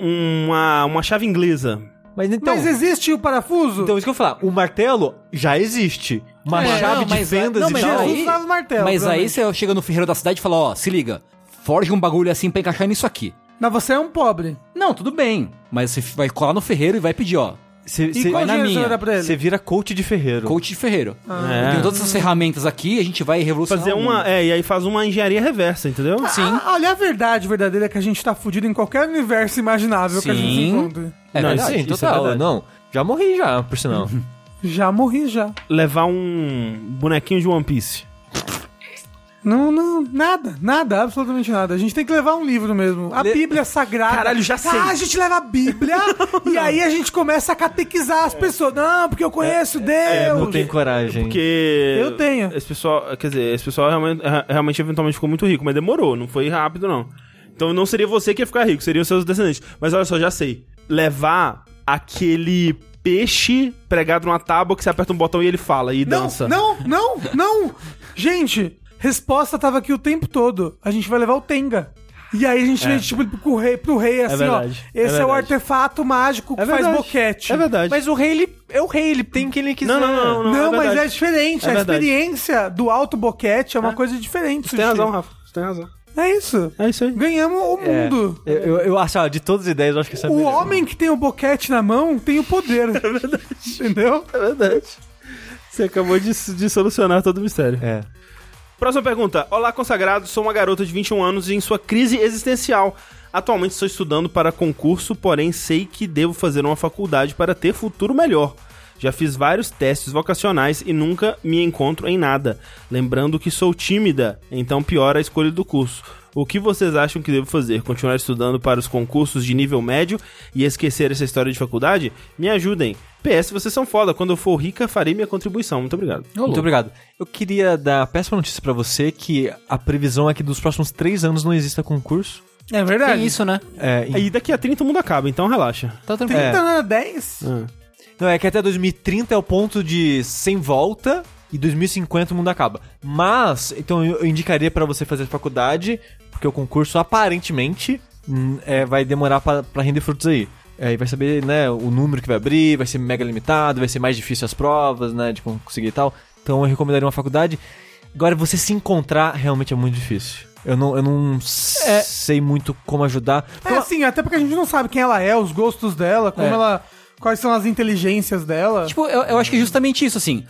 um- uma, uma chave inglesa. Mas então... Mas existe o parafuso? Então, isso que eu falar, o martelo já existe. Uma É, chave não, de mas a- vendas não, e mas tal. Jesus aí- usava martelo. Mas aí provavelmente. você chega no ferreiro da cidade e fala, ó, se liga, forge um bagulho assim pra encaixar nisso aqui. Mas você é um pobre. Não, tudo bem. Mas você vai colar no ferreiro e vai pedir, ó, Você E qual vai na dinheiro você minha. vai dar pra ele? você vira coach de ferreiro. coach de ferreiro. Ah. É. Eu tenho todas essas ferramentas aqui, a gente vai revolucionar Fazer o uma. mundo. É, e aí faz uma engenharia reversa, entendeu? Sim. Ah, olha, a verdade verdadeira é que a gente tá fudido em qualquer universo imaginável que a gente se Sim. encontre. É Não, isso verdade. Sim, é total. verdade. não, já morri já, por sinal. Já morri, já. Levar um bonequinho de One Piece. Não, não, nada, nada, absolutamente nada. A gente tem que levar um livro mesmo. A Le- Bíblia Sagrada. Caralho, já sei. Ah, a gente leva a Bíblia e aí a gente começa a catequizar as pessoas. Não, porque eu conheço Eu Deus. é, não tenho coragem. Porque. Eu tenho. Esse pessoal. Quer dizer, esse pessoal realmente, realmente eventualmente ficou muito rico, mas demorou, não foi rápido, não. Então não seria você que ia ficar rico, seriam seus descendentes. Mas olha só, já sei. Levar aquele peixe pregado numa tábua que você aperta um botão e ele fala e Não, dança. não, não, não. Gente, resposta tava aqui o tempo todo. A gente vai levar o Tenga. E aí a gente vende, tipo, pro rei, pro rei assim, ó. verdade, Esse é é, o verdade. artefato mágico que É faz verdade, boquete. é verdade. Mas o rei, ele é o rei, ele tem quem ele quiser. Não, não, não, não. Não, é mas é verdade. diferente. É a verdade. experiência do alto boquete é uma coisa diferente. Você tem Sushi. razão, Rafa. Você tem razão. É isso. É isso aí. Ganhamos o É, mundo. eu, eu- eu acho, ó, de todas as ideias, eu Tá acho que essa é a O melhor. homem que tem o boquete na mão tem [LAUGHS] o poder. É verdade. Entendeu? É verdade. Você acabou de, de solucionar todo o mistério. É. Próxima pergunta. Olá, consagrado. Sou uma garota de 21 anos em sua crise existencial. Atualmente estou estudando para concurso, porém sei que devo fazer uma faculdade para ter futuro melhor. Já fiz vários testes vocacionais e nunca me encontro em nada. Lembrando que sou tímida, então piora a escolha do curso. O que vocês acham que devo fazer? Continuar estudando para os concursos de nível médio e esquecer essa história de faculdade? Me ajudem. PS, vocês são foda. Quando eu for rica, farei minha contribuição. Muito obrigado. Muito obrigado. Eu queria dar a péssima notícia pra você que a previsão é que dos próximos três anos não exista concurso. É verdade. Tem isso, né? É, em- E daqui a 30 o mundo acaba, então relaxa. Tá tranquilo. 30 É. na 10? Não, é que até 2030 é o ponto de sem volta e 2050 o mundo acaba. Mas, então eu eu indicaria pra você fazer faculdade, porque o concurso aparentemente hum, é, vai demorar pra pra render frutos aí. Aí vai saber, né, o número que vai abrir, vai ser mega limitado, vai ser mais difícil as provas, né, de conseguir e tal. Então eu recomendaria uma faculdade. Agora, você se encontrar realmente é muito difícil. Eu não, eu não s- É. sei muito como ajudar. É assim, até porque a gente não sabe quem ela é, os gostos dela, como É. ela. Quais são as inteligências dela. Tipo, eu, eu acho que é justamente isso, assim.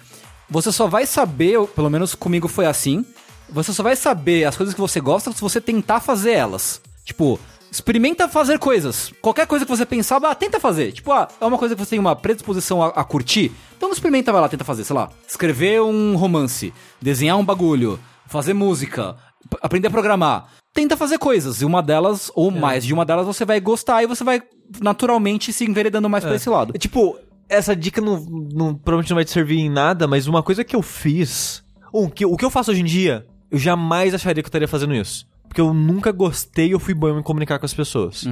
Você só vai saber, ou pelo menos comigo foi assim, você só vai saber as coisas que você gosta se você tentar fazer elas. Tipo, experimenta fazer coisas. Qualquer coisa que você pensar, ah, tenta fazer. Tipo, ah, é uma coisa que você tem uma predisposição a, a curtir, então experimenta, vai lá, tenta fazer, sei lá. Escrever um romance, desenhar um bagulho, fazer música, p- aprender a programar. Tenta fazer coisas, e uma delas, ou mais de uma delas, você vai gostar e você vai naturalmente se enveredando mais pra esse lado. É, Tipo, essa dica não, não- provavelmente não vai te servir em nada, mas uma coisa que eu fiz. ou que, o que eu faço hoje em dia, eu jamais acharia que eu estaria fazendo isso. Porque eu nunca gostei e eu fui bom em me comunicar com as pessoas.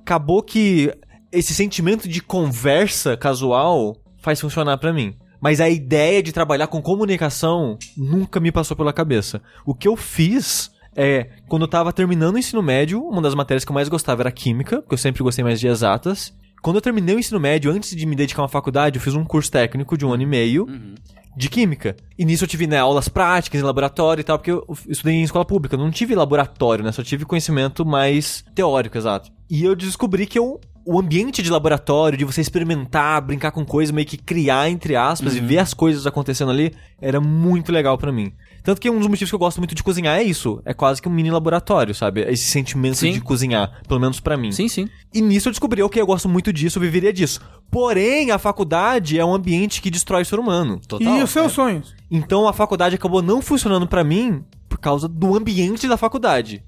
Acabou que esse sentimento de conversa casual faz funcionar pra mim. Mas a ideia de trabalhar com comunicação nunca me passou pela cabeça. O que eu fiz é, quando eu tava terminando o ensino médio, uma das matérias que eu mais gostava era química, porque eu sempre gostei mais de exatas. Quando eu terminei o ensino médio, antes de me dedicar a uma faculdade, eu fiz um curso técnico de um ano e meio de química. E nisso eu tive né, aulas práticas em laboratório e tal, porque eu estudei em escola pública, eu não tive laboratório, né? Só tive conhecimento mais teórico, exato. E eu descobri que eu, o ambiente de laboratório, de você experimentar, brincar com coisa, meio que criar, entre aspas, e Uhum. ver as coisas acontecendo ali, era muito legal pra mim. Tanto que um dos motivos que eu gosto muito de cozinhar é isso. É quase que um mini laboratório, sabe? É Esse sentimento Sim. de cozinhar, pelo menos pra mim. Sim, sim. E nisso eu descobri, ok, eu gosto muito disso, eu viveria disso. Porém, a faculdade é um ambiente que destrói o ser humano. e os é. seus sonhos. Então a faculdade acabou não funcionando pra mim por causa do ambiente da faculdade.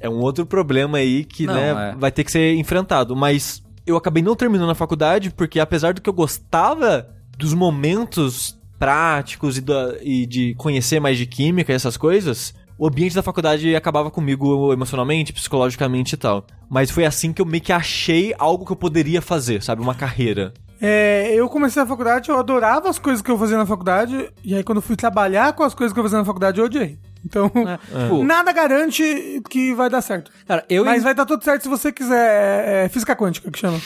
É um outro problema aí que Não, né, é. vai ter que ser enfrentado. Mas eu acabei não terminando a faculdade porque, apesar do que eu gostava dos momentos práticos e, da- e de conhecer mais de química e essas coisas, o ambiente da faculdade acabava comigo emocionalmente, psicologicamente e tal. Mas foi assim que eu meio que achei algo que eu poderia fazer, sabe? Uma carreira. É, eu comecei na faculdade, eu adorava as coisas que eu fazia na faculdade, e aí quando eu fui trabalhar com as coisas que eu fazia na faculdade, eu odiei. Então, [LAUGHS] Tipo, nada garante que vai dar certo. Cara, eu Mas vai dar tudo certo se você quiser. É, física quântica, que chama.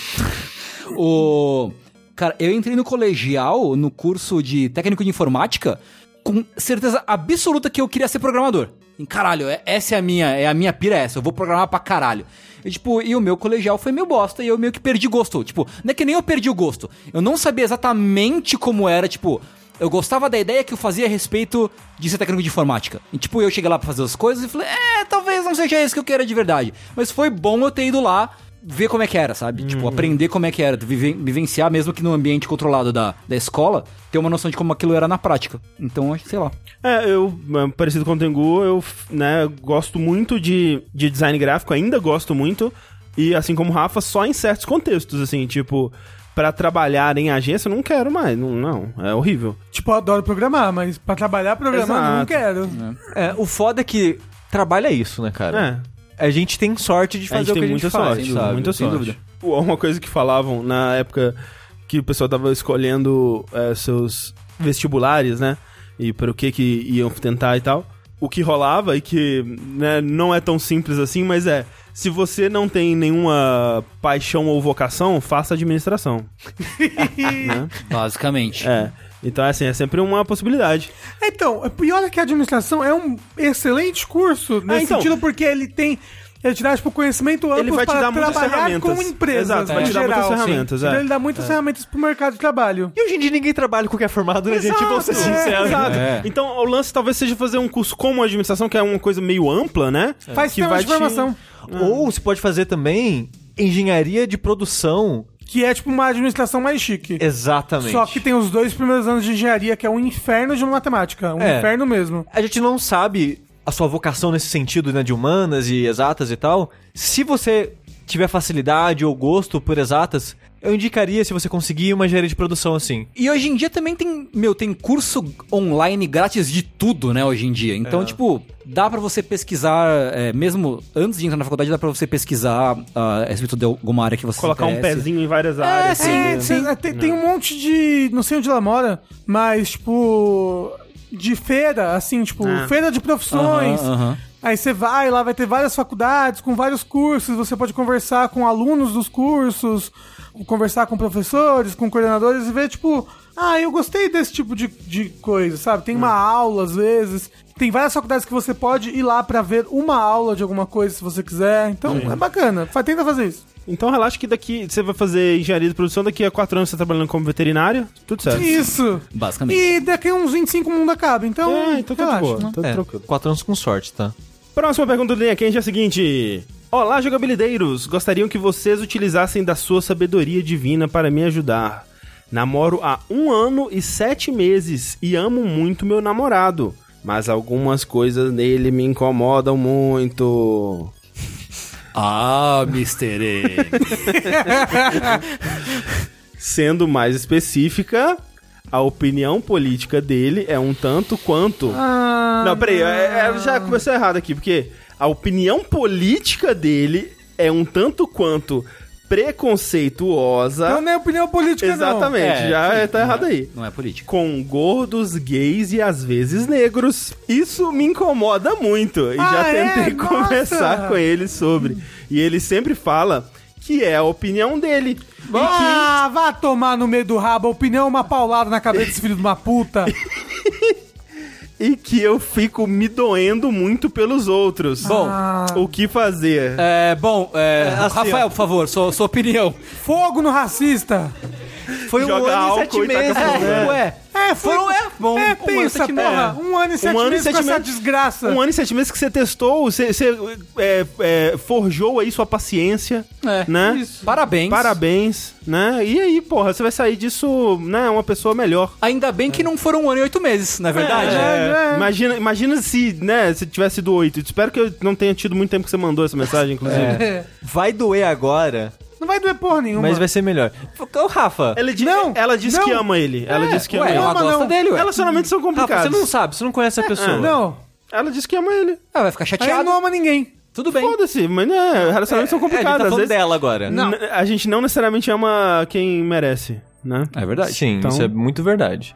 o cara, eu entrei no colegial, no curso de técnico de informática, com certeza absoluta que eu queria ser programador. E, Caralho, é- essa é a minha, é a minha pira é essa, eu vou programar pra caralho. E, tipo, e o meu colegial foi meio bosta e eu meio que perdi gosto. Tipo, não é que nem eu perdi o gosto. Eu não sabia exatamente como era, tipo, eu gostava da ideia que eu fazia a respeito de ser técnico de informática. E, tipo, eu cheguei lá pra fazer as coisas e falei, é, talvez não seja isso que eu queira de verdade. Mas foi bom eu ter ido lá ver como é que era, sabe? Tipo, aprender como é que era, vive- vivenciar, mesmo que no ambiente controlado da, da escola, ter uma noção de como aquilo era na prática. Então, acho- sei lá. É, eu, é, parecido com o Tengu, eu né, gosto muito de, de design gráfico, ainda gosto muito, e assim como o Rafa, só em certos contextos, assim, tipo, pra trabalhar em agência eu não quero mais, não, não é horrível. Tipo, eu adoro programar, mas pra trabalhar, programar, eu não Exato. quero. É, o foda é que trabalho é isso, né, cara? É. a gente tem sorte de A fazer gente o que tem a gente muita faz, sorte, sabe? muita Sem sorte. dúvida. Pô, Uma coisa que falavam na época que o pessoal tava escolhendo eh, seus vestibulares, né? E para o que que iam tentar e tal. O que rolava e que né, não é tão simples assim, mas é... Se você não tem nenhuma paixão ou vocação, faça administração. né? Basicamente. É. Então, assim, é sempre uma possibilidade. [LAUGHS] Então, e olha que a administração é um excelente curso nesse então. sentido, porque ele tem. Ele te dá, tipo, conhecimento amplo Ele vai te para dar muitas trabalhar ferramentas. com empresas. Exato, vai no te dar geral. muitas ferramentas, Sim. é. Então ele dá muitas ferramentas pro mercado de trabalho. E hoje em dia ninguém trabalha com o que é formado, né, gente? Vamos ser Exato, sinceros. é, exato. É. Então, o lance talvez seja fazer um curso como administração, que é uma coisa meio ampla, né? Faz que sistema de te- informação. Ou você pode fazer também engenharia de produção. Que é, tipo, uma administração mais chique. Exatamente. Só que tem os dois primeiros anos de engenharia, que é um inferno de matemática. Um É. inferno mesmo. a gente não sabe a sua vocação nesse sentido, né, de humanas e exatas e tal. Se você tiver facilidade ou gosto por exatas, eu indicaria se você conseguir uma engenharia de produção assim. E hoje em dia também tem, meu, tem curso online grátis de tudo, né, hoje em dia. Então, tipo, dá pra você pesquisar, é, mesmo antes de entrar na faculdade, dá pra você pesquisar ah, a respeito de alguma área que você se Colocar um interesse. pezinho em várias áreas. sim, né? É, cê- é, tem, tem um monte de. Não sei onde ela mora, mas, tipo. De feira, assim, tipo, Ah. feira de profissões. Aham, aham. Aí você vai, lá vai ter várias faculdades, com vários cursos, você pode conversar com alunos dos cursos, conversar com professores, com coordenadores e ver, tipo, ah, eu gostei desse tipo de, de coisa, sabe? Tem uma Hum. aula, às vezes. Tem várias faculdades que você pode ir lá pra ver uma aula de alguma coisa, se você quiser. Então, é bacana. Fa- Tenta fazer isso. Então relaxa que daqui você vai fazer engenharia de produção, daqui a quatro anos você tá trabalhando como veterinário, tudo Tá. certo. Isso! Basicamente. E daqui a uns 25 o mundo acaba, então, É, então tá de relaxa. boa, né? tá É, tranquilo. quatro anos com sorte, tá? Próxima pergunta do Linha Quente é a seguinte. Olá, jogabilideiros! Gostariam que vocês utilizassem da sua sabedoria divina para me ajudar. Namoro há um ano e sete meses e amo muito meu namorado. Mas algumas coisas nele me incomodam muito. Ah, Mr. N. Sendo mais específica, a opinião política dele é um tanto quanto. Ah, Não, peraí, é- é- já começou errado aqui, porque a opinião política dele é um tanto quanto preconceituosa. Não, não é opinião política, não. tá? né? Exatamente, [LAUGHS] É, já tá errado aí. Não é político. Com gordos, gays e às vezes negros. Isso me incomoda muito. E já Ah, é? tentei [LAUGHS] Nossa! conversar com ele sobre. E ele sempre fala que é a opinião dele. E um. que Ah, vá tomar no meio do rabo. A opinião é uma paulada na cabeça desse filho de [LAUGHS] uma puta. e que eu fico me doendo muito pelos outros. Bom, o que fazer? É, bom, é, assim, Rafael, por favor, sua, sua opinião. Fogo no racista. Foi um Joga álcool e taca fogo, É, né? ué. É, foi, Foram- é, bom, um é, ano e pensa, sete porra. meses. Um ano e sete Um ano e meses sete com essa meses. desgraça. Um ano e sete meses que você testou, você, você, é, é, forjou aí sua paciência, É, né? Parabéns. Parabéns, né? E aí, porra, você vai sair disso, né? Uma pessoa melhor. Ainda bem que não foram um ano e oito meses, na verdade. É, é. Imagina, imagina se, né, se tivesse do oito. Espero que eu não tenha tido muito tempo que você mandou essa mensagem, inclusive. É. Vai doer agora, Não vai doer porra nenhuma. mas vai ser melhor. Ô, Rafa, Ela, di- Não, ela diz não. que ama ele. Ela diz que é ama ué, ela ele. Ama gosta não. dele, ué. Relacionamentos são Rafa, você complicados. não sabe, você não conhece É, a pessoa. Ah, Não. Ela diz que ama ele. Ah, vai ficar Aí chateado. ele não ama ninguém. Tudo bem. Foda-se, mas né, relacionamentos são É, a gente tá complicados. falando Às vezes, dela agora. n- A gente não necessariamente ama quem merece, né? É verdade. Sim, Então- isso é muito verdade.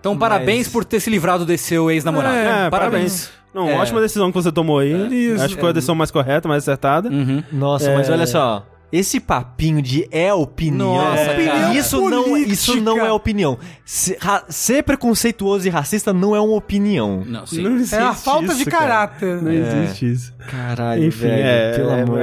Então, parabéns por ter se livrado desse seu ex-namorado. É, parabéns. Não, ótima decisão que você tomou aí. Isso. Acho que foi a decisão mais correta, mais acertada. Uhum. Nossa, mas olha só. Esse papinho de é opinião. Nossa, é. cara. isso não, isso Política. não é opinião. Se- ra- ser preconceituoso e racista não é uma opinião. Não, sim. existe É a falta de isso, cara. caráter. Não É. existe isso. Caralho, Enfim, é-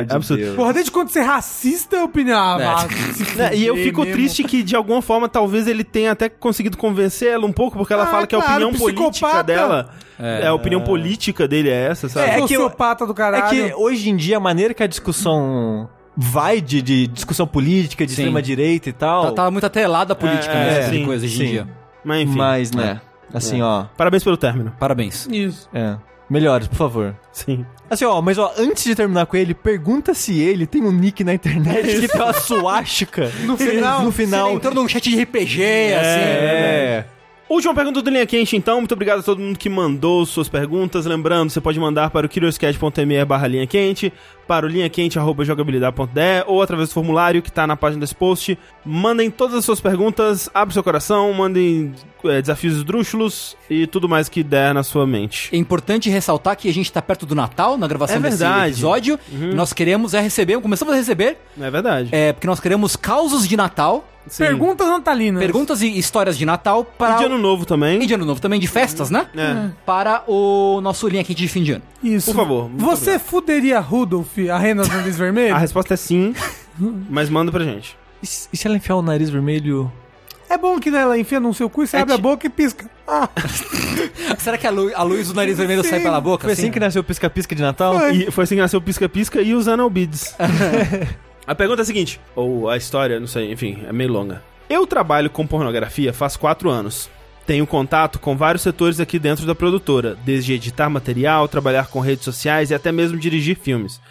é absurdo. Porra, desde quando você é racista, é opinião. Ah, É. vá se Né, E eu fuder fico mesmo. triste que, de alguma forma, talvez ele tenha até conseguido convencer ela um pouco, porque ela Ah, fala que a claro, opinião política psicopata. dela. É. A opinião política dele é essa, sabe? É que eu- Sociopata do É caralho. que hoje em dia a maneira que a discussão vai de, de discussão política, de Sim. extrema direita e Tá, tal. tá muito atrelada a política, É, né? é, essa sim, coisa hoje em sim. dia. Mas enfim. Mas, né? Assim, ó. Parabéns pelo término. Parabéns. Isso. É. Melhores, por favor. Sim. Assim, ó, mas ó, antes de terminar com ele, pergunta se ele tem um nick na internet que tem uma suástica. No final, [LAUGHS] no Você final. É. entrou num chat de RPG, assim. É. Última pergunta do Linha Quente, então. Muito obrigado a todo mundo que mandou suas perguntas. Lembrando, você pode mandar para o curioscat.me barra linha quente, para o linhaquente.jogabilidade.de ou através do formulário que está na página desse post. Mandem todas as suas perguntas, abre seu coração, mandem é, desafios esdrúxulos e tudo mais que der na sua mente. É importante ressaltar que a gente tá perto do Natal na gravação É desse verdade. Uhum. episódio. Nós queremos é receber, começamos a receber, É verdade. é, porque nós queremos causos de Natal, Sim. Perguntas natalinas. perguntas e histórias de Natal para. E de ano novo também. E de ano novo também, de festas, né? Hum. É. Para o nosso linha aqui de fim de ano. Isso. Por favor, muito Você fuderia Rudolph, a Rena do Nariz Vermelho? A resposta é sim, [LAUGHS] mas manda pra gente. E se e se ela enfiar o nariz vermelho? É bom que né, ela enfia no seu cu e você É abre a ti- boca e pisca. Ah, [LAUGHS] Será que a lu- a luz, do nariz vermelho Sim, sai pela boca? Foi assim que nasceu o pisca-pisca de Natal? Foi. E foi assim que nasceu o Pisca-Pisca e os Analbids. a pergunta é a seguinte, ou a história, não sei, enfim, é meio longa. Eu trabalho com pornografia faz quatro anos. Tenho contato com vários setores aqui dentro da produtora, desde editar material, trabalhar com redes sociais e até mesmo dirigir filmes.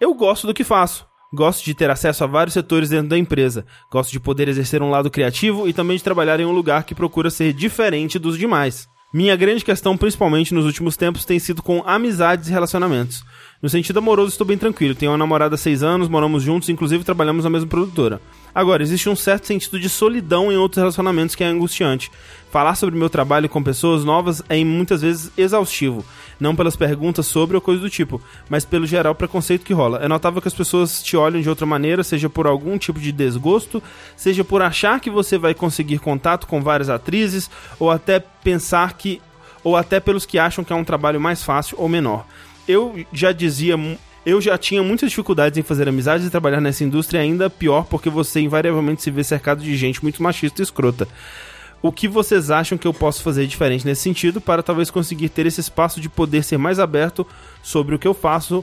Eu gosto do que faço. Gosto de ter acesso a vários setores dentro da empresa. Gosto de poder exercer um lado criativo e também de trabalhar em um lugar que procura ser diferente dos demais. Minha grande questão, principalmente nos últimos tempos, tem sido com amizades e relacionamentos. No sentido amoroso, estou bem tranquilo. Tenho uma namorada há seis anos, moramos juntos, inclusive trabalhamos na mesma produtora. Agora, existe um certo sentido de solidão em outros relacionamentos que é angustiante. Falar sobre meu trabalho com pessoas novas é muitas vezes exaustivo. Não pelas perguntas sobre ou coisa do tipo, mas pelo geral preconceito que rola. É notável que as pessoas te olham de outra maneira, seja por algum tipo de desgosto, seja por achar que você vai conseguir contato com várias atrizes, ou até pensar que. ou até pelos que acham que é um trabalho mais fácil ou menor. Eu já dizia. mu- Eu já tinha muitas dificuldades em fazer amizades e trabalhar nessa indústria, ainda pior porque você invariavelmente se vê cercado de gente muito machista e escrota. O que vocês acham que eu posso fazer diferente nesse sentido para talvez conseguir ter esse espaço de poder ser mais aberto sobre o que eu faço,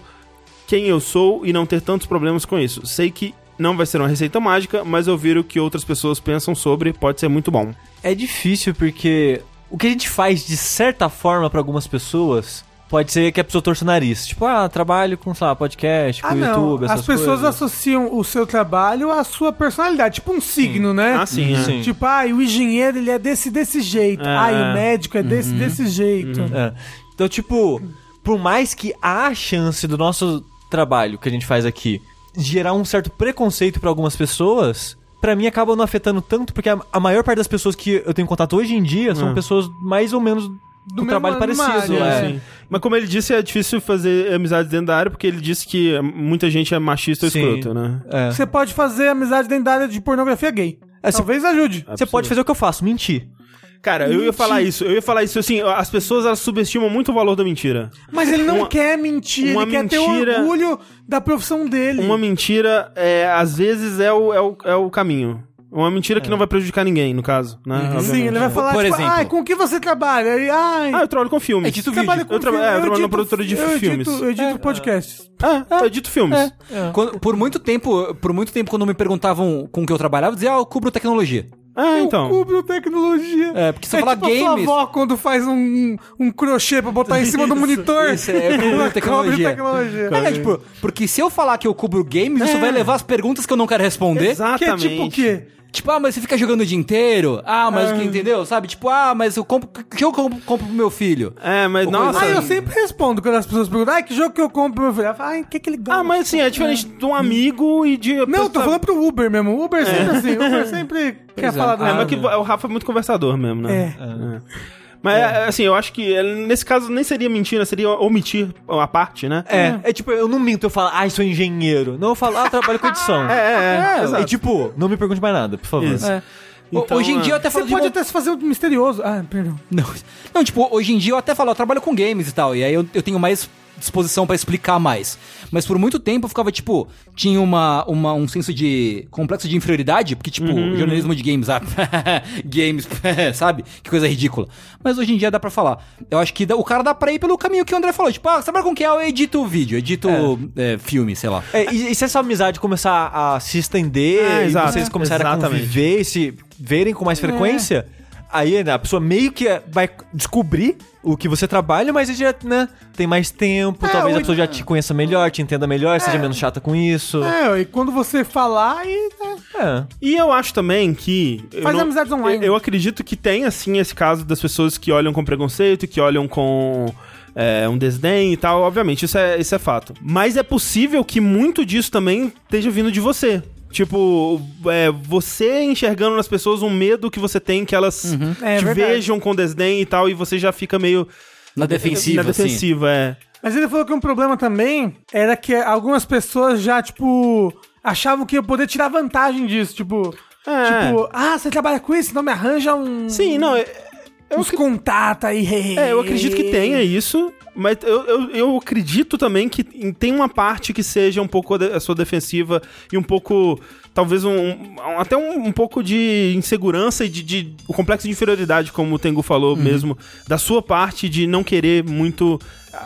quem eu sou e não ter tantos problemas com isso? Sei que não vai ser uma receita mágica, mas ouvir o que outras pessoas pensam sobre pode ser muito bom. É difícil porque o que a gente faz de certa forma pra algumas pessoas pode ser que a pessoa torça o nariz. Tipo, ah, trabalho com, sei lá, podcast, com ah não. YouTube, essas As pessoas coisas. associam o seu trabalho à sua personalidade. Tipo um signo, né? Ah, sim, é. Sim. Tipo, ah, e o engenheiro ele é desse desse jeito. É. Ah, e o médico é desse desse jeito. É. Então, tipo, por mais que há a chance do nosso trabalho que a gente faz aqui gerar um certo preconceito pra algumas pessoas, pra mim acaba não afetando tanto, porque a, a maior parte das pessoas que eu tenho contato hoje em dia são É. pessoas mais ou menos do mesmo- trabalho mesma parecido. área, é. Sim. Mas como ele disse, é difícil fazer amizades dentro da área, porque ele disse que muita gente é machista ou Sim. escrota, né? É. Você pode fazer amizade dentro da área de pornografia gay. É, você- Talvez ajude. Você pode fazer o que eu faço, mentir. Cara, eu ia falar isso, eu ia falar isso assim, as pessoas elas subestimam muito o valor da mentira. Mas ele não Uma- quer mentir, uma ele quer ter mentira- orgulho da profissão dele. Uma mentira, é, às vezes, é o, é o, é o caminho. Uma mentira que não vai prejudicar ninguém, no caso, né? Sim, Obviamente. ele vai falar, Por tipo, exemplo. ai, com que você trabalha? Ele, Ai, Ah, eu trabalho com filmes. Edito vídeo. trabalha Eu traba- é, eu trabalho na edito- produtora de eu filmes. É, Edito, eu edito podcasts. Ah, eu edito filmes. É. Quando- por muito tempo, por muito tempo, quando me perguntavam com o que eu trabalhava, eu dizia, ah, eu cubro tecnologia. Ah, Eu então. cubro tecnologia. tipo É, porque você fala a sua games- avó quando faz um, um crochê pra botar em cima do monitor. [LAUGHS] isso, é, [LAUGHS] eu cubro Ela cobre tecnologia. tecnologia. É. É, tipo, porque se eu falar que eu cubro games, isso vai levar as perguntas que eu não quero responder. Que é tipo o quê? Tipo, ah, mas você fica jogando o dia inteiro? Ah, mas o É. que, entendeu? Sabe? Tipo, ah, mas eu compro. Que jogo que eu compro pro meu filho? É, mas Ou nossa. Ah, coisa eu sempre respondo quando as pessoas perguntam, ai, que jogo que eu compro, meu filho? Ela fala, ai, o que que ele gosta? Ah, mas tá assim, é diferente de um amigo e de. Não, tô falando pro Uber mesmo. É. Uber sempre assim, [LAUGHS] Uber sempre quer falar do Ah, É, mas que nada. o Rafa é muito conversador mesmo, né? É. Mas assim, eu acho que eh, nesse caso nem seria mentira, seria omitir a parte, né? É, é tipo, eu não minto, eu falo, ah, sou engenheiro. Não, eu falo, ah, eu trabalho com edição. [LAUGHS] É, é, é. E exato. tipo, não me pergunte mais nada, por favor. Isso. É. O- Então, hoje em é. dia eu até Você falo pode de. mon- até se fazer um misterioso. Ah, perdão. Não, não, tipo, hoje em dia eu até falo, eu trabalho com games e tal, e aí eu, eu tenho mais disposição pra explicar mais. Mas por muito tempo eu ficava, tipo, tinha uma, uma, um senso de complexo de inferioridade, porque, tipo, Uhum. jornalismo de games, ah, [LAUGHS] games, [LAUGHS] sabe? Que coisa ridícula. Mas hoje em dia dá pra falar. Eu acho que dá- o cara dá pra ir pelo caminho que o André falou, tipo, ah, você trabalha com quem? Ah, eu edito vídeo, edito é, filme, sei lá. É, e, e se essa amizade começar a se estender, É, e exato. vocês começarem Exatamente. a conviver e se verem com É. mais frequência, aí né, a pessoa meio que vai descobrir o que você trabalha, mas aí já né, tem mais tempo, É, talvez o- a pessoa já te conheça melhor, te entenda melhor, seja menos chata com isso. É, e quando você falar, e. né, É. E eu acho também que. eu Faz amizades online. Eu, eu acredito que tem, assim, esse caso das pessoas que olham com preconceito, que olham com. é, um desdém e tal, obviamente, isso é, isso é fato. Mas é possível que muito disso também esteja vindo de você. Tipo, é, você enxergando nas pessoas um medo que você tem que elas É Uhum. te verdade. vejam com desdém e tal, e você já fica meio. Na defensiva, assim. Na defensiva, é. Mas ele falou que um problema também era que algumas pessoas já, tipo, achavam que ia poder tirar vantagem disso. Tipo, É. tipo ah, você trabalha com isso, então me arranja um. Sim, não, é- uns contatos aí. É, eu acredito que tenha isso, mas eu, eu, eu acredito também que tem uma parte que seja um pouco a, de- a sua defensiva e um pouco, talvez um, um- até um, um pouco de insegurança e de, de- o complexo de inferioridade, como o Tengu falou mesmo, da sua parte de não querer muito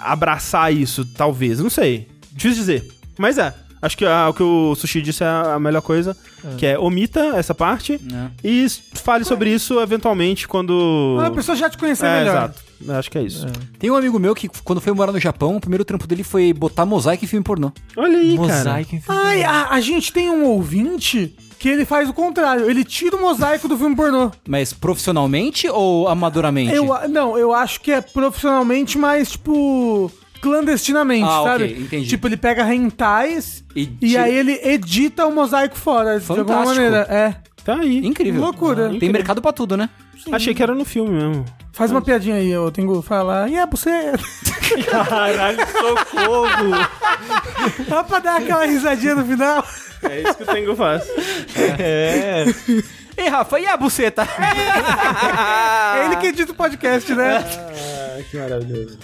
abraçar isso, talvez, não sei, difícil dizer, mas é. Acho que a- o que o Sushi disse é a a melhor coisa, que é omita essa parte e s- fale sobre isso eventualmente quando... Ah, A pessoa já te conhecer É, melhor. exato. Eu Acho que é isso. Tem um amigo meu que, quando foi morar no Japão, o primeiro trampo dele foi botar mosaico em filme pornô. Olha aí, cara. Mosaico infinito. Ai, a, a gente tem um ouvinte que ele faz o contrário. Ele tira o mosaico do filme pornô. Mas profissionalmente ou amadoramente? Eu, a- não, eu acho que é profissionalmente, mas, tipo, clandestinamente, Ah, ok, sabe? entendi. Tipo, ele pega hentais E e, tira- aí ele edita o mosaico fora, de alguma Fantástico. maneira. É. Tá aí. Incrível. Loucura. Tem mercado pra tudo, né? Achei que era no filme mesmo. Faz uma piadinha aí, eu tenho que falar. E é você. [LAUGHS] [LAUGHS] Caralho, socorro! Dá pra dar aquela risadinha no final. É isso que o Tengu faz. É. Ei, Rafa, e [LAUGHS] a buceta? É ele que edita o podcast, né? que maravilhoso.